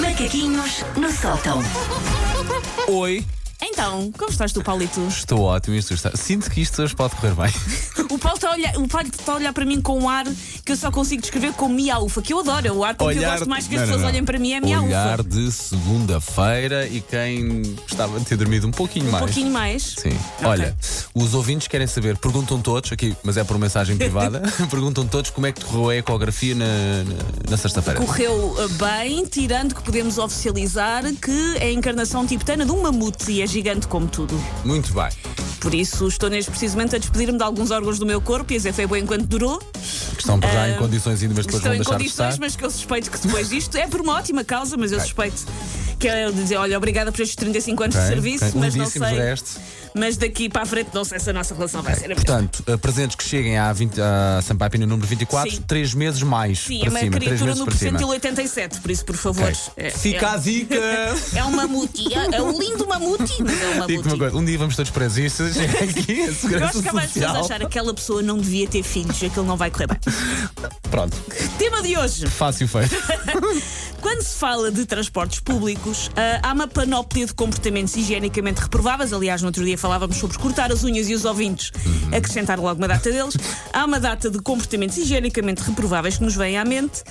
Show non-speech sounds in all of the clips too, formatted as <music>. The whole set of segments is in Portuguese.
Macaquinhos no sótão. Oi, Então, como estás tu, Paulito? estou ótimo. Isto está... Sinto que isto hoje pode correr bem. <laughs> O Paulo está a olhar, o Paulo está a olhar para mim com um ar que eu só consigo descrever como miaufa, que eu adoro. é O ar com que eu gosto mais que as Não, não, pessoas não. olhem para mim é miaufa. Olhar de segunda-feira e quem gostava de ter dormido um pouquinho Um mais. pouquinho mais. Sim. Olha, os ouvintes querem saber, perguntam todos, aqui, mas é por mensagem <laughs> privada, <laughs> perguntam todos como é que correu a ecografia na, na, na sexta-feira. Correu uh, bem, tirando que podemos oficializar que é a encarnação tibetana de um mamute e é gigante como tudo. Muito bem. Por isso, estou neste precisamente a despedir-me de alguns órgãos do meu corpo e a Zé foi bom enquanto durou. Que estão por já em condições ainda, mas depois vão Ah, Estou em deixar de condições, estar. mas que eu suspeito que depois disto é por uma ótima causa, mas eu suspeito que é eu dizer, olha, obrigada por estes 35 anos de Ok, serviço, ok. Um mas não sei. Lindíssimos restos. Mas daqui para a frente não sei se a nossa relação vai ser a mesma. Portanto, eh, presentes que cheguem à, 20, à Sampaipina número 24, Sim. três meses mais Sim, é para uma cima. três criatura meses no para cima. percentil 87, por isso, por favor. Ok. É, Fica assim. a <laughs> dica! é, é um mamute, é, é um lindo mamute, mas é um Digo-te uma mamute. coisa, um dia vamos todos presos isso, <laughs> chega <laughs> aqui a Eu segurança acho que há mais pessoas a social. achar aquela pessoa não devia ter filhos, aquilo não vai correr bem. Pronto, Tema de hoje. fácil <laughs> feito. Quando se fala de transportes públicos, ah, há uma panóplia de comportamentos higienicamente reprováveis. Aliás, no outro dia falávamos sobre cortar as unhas e os ouvintes, Uhum. acrescentar logo uma <laughs> data deles. Há uma data de comportamentos higienicamente reprováveis que nos vêm à mente.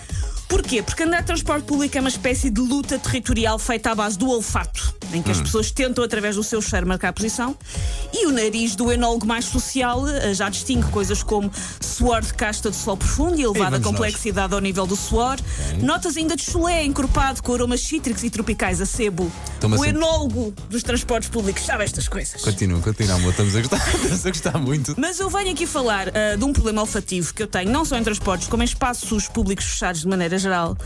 Porquê? Porque andar de transporte público é uma espécie de luta territorial feita à base do olfato, em Hum. que as pessoas tentam, através do seu cheiro, marcar posição. E o nariz do enólogo mais social ah, já distingue coisas como suor de casta de sol profundo e elevada vamos nós. complexidade densidade ao nível do suor. Notas ainda de chulé encorpado com aromas cítricos e tropicais a sebo. Toma o sempre- enólogo dos transportes públicos sabe estas coisas. Continua, continua, amor, estamos a gostar, <laughs> estamos a gostar muito. Mas eu venho aqui falar ah, de um problema olfativo que eu tenho, não só em transportes, como em espaços públicos fechados de maneira geral,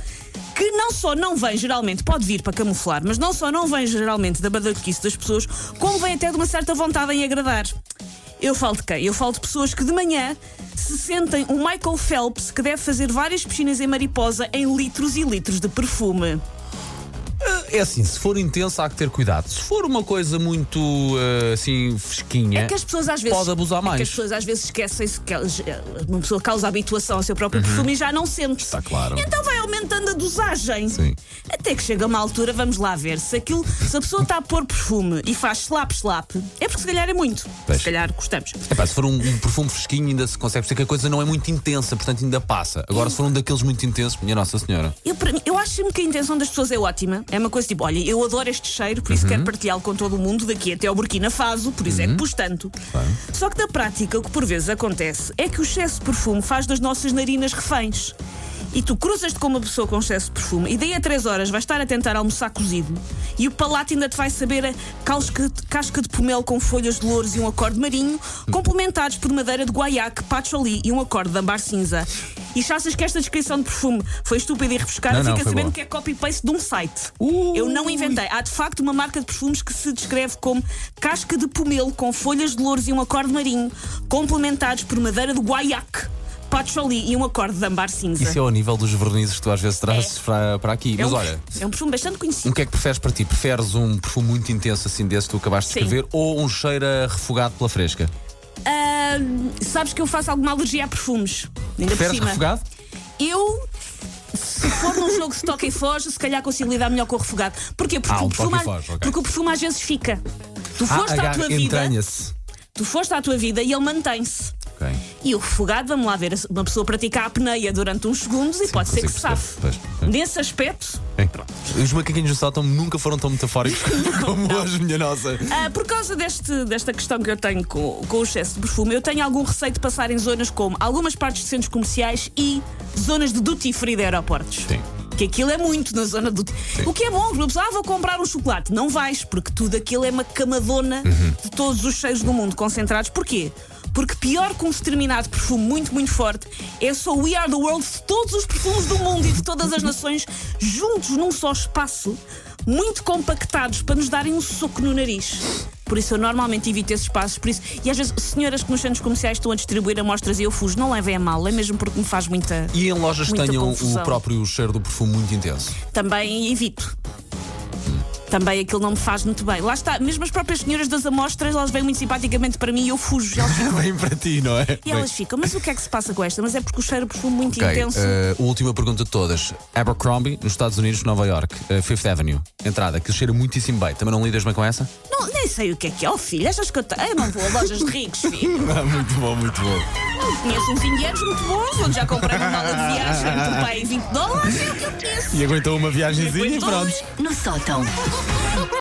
que não só não vem geralmente, pode vir para camuflar, mas não só não vem geralmente da badalhoquice das pessoas, como vem até de uma certa vontade em agradar. Eu falo de quem? Eu falo de pessoas que de manhã se sentem um Michael Phelps que deve fazer várias piscinas em mariposa em litros e litros de perfume. É assim, se for intenso há que ter cuidado. Se for uma coisa muito eh, assim fresquinha, É que as pessoas às vezes. pode abusar é mais. que as pessoas às vezes esquecem-se que elas- eh, uma pessoa causa habituação ao seu próprio perfume e já não sente. Uhum. Está claro. Então vai aumentando a dosagem. Sim. Até que chega uma altura, vamos lá ver, se aquilo. Se a pessoa está a pôr perfume e faz slap slap, é porque se calhar é muito. Pois. Se calhar gostamos. Epá, se for um, um perfume fresquinho ainda se consegue perceber que a coisa não é muito intensa, portanto ainda passa. Agora se for um daqueles muito intensos, minha Nossa Senhora. Eu, para mim- eu acho sempre que a intenção das pessoas é ótima. É uma coisa tipo, olha, eu adoro este cheiro, por isso quero partilhá-lo com todo o mundo, daqui até ao Burkina Faso, por isso é que pus tanto. Só que na prática, o que por vezes acontece é que o excesso de perfume faz das nossas narinas reféns. E tu cruzas-te com uma pessoa com excesso de perfume e daí a três horas vais estar a tentar almoçar cozido e o palato ainda te vai saber a casca, casca de pomelo com folhas de louros e um acorde marinho, complementados por madeira de guaiaque, patchouli e um acorde de ambar cinza. E se achas que esta descrição de perfume foi estúpida e refrescada, Não, não, fica foi sabendo boa. que é copy-paste de um site. Ui. Eu não inventei. Há de facto uma marca de perfumes que se descreve como casca de pomelo com folhas de louros e um acorde marinho, complementados por madeira de guaiaque, patchouli e um acorde de ambar cinza. Isso é ao nível dos vernizes que tu às vezes trazes para, para aqui. É Mas um, olha, é um perfume bastante O conhecido. que é que preferes para ti? Preferes um perfume muito intenso assim desse que tu acabaste de Sim. escrever ou um cheiro a refogado pela fresca? Hum. Ah, sabes que eu faço alguma alergia a perfumes. Ainda por Preferes cima. refogado? Eu, se for num jogo de toque e foge, se calhar consigo lidar melhor com o refogado. Porquê? Porque, Ah, o, o perfume, toque e foge, ok. porque o perfume às vezes fica. Tu foste à agarra- tua vida, entranha-se. tu foste à tua vida e ele mantém-se. Ok. E o refogado, vamos lá ver, uma pessoa pratica a apneia durante uns segundos e pode ser que se consigo safe. perceber. Pois, Nesse aspecto, Bem, Os macaquinhos do sótão nunca foram tão <laughs> metafóricos como hoje, minha nossa. Ah, por causa deste- desta questão que eu tenho com, com o excesso de perfume, eu tenho algum receio de passar em zonas como algumas partes de centros comerciais e zonas de duty free de aeroportos. Sim. Que aquilo é muito na zona do. O que é bom, uma pessoa, ah, vou comprar um chocolate. Não vais, porque tudo aquilo é uma camadona de todos os cheiros do mundo concentrados. Porquê? Porque pior que um determinado perfume muito, muito forte, é só We Are the World de todos os perfumes do mundo e de todas as nações juntos num só espaço, muito compactados para nos darem um soco no nariz. Por isso eu normalmente evito esses espaços. Por isso, e às vezes, senhoras que nos centros comerciais estão a distribuir amostras e eu fujo, não levem a mal, é mesmo porque me faz muita. E em lojas que Muita tenham o confusão. próprio cheiro do perfume muito intenso. Também evito. Também aquilo não me faz muito bem. Lá está, mesmo as próprias senhoras das amostras, elas vêm muito simpaticamente para mim e eu fujo. E elas ficam, Bem para ti, não é? e elas ficam, mas o que é que se passa com esta? Mas é porque o cheiro é perfume muito Ok, intenso. eh, última pergunta de todas. Abercrombie, nos Estados Unidos, Nova York, eh, Fifth Avenue. Entrada, que cheira muitíssimo bem. Também não lidas bem com essa? Não, nem sei o que é que é, oh filho. Achas que eu, te... eu não vou a lojas de ricos, filho. <laughs> Ah, muito bom, muito bom. Conheço uns dinheiros muito bons, onde já comprei uma mala de viagem um por pai 20 dólares, é o que eu conheço. E aguentou uma viagenzinha e pronto. no sótão.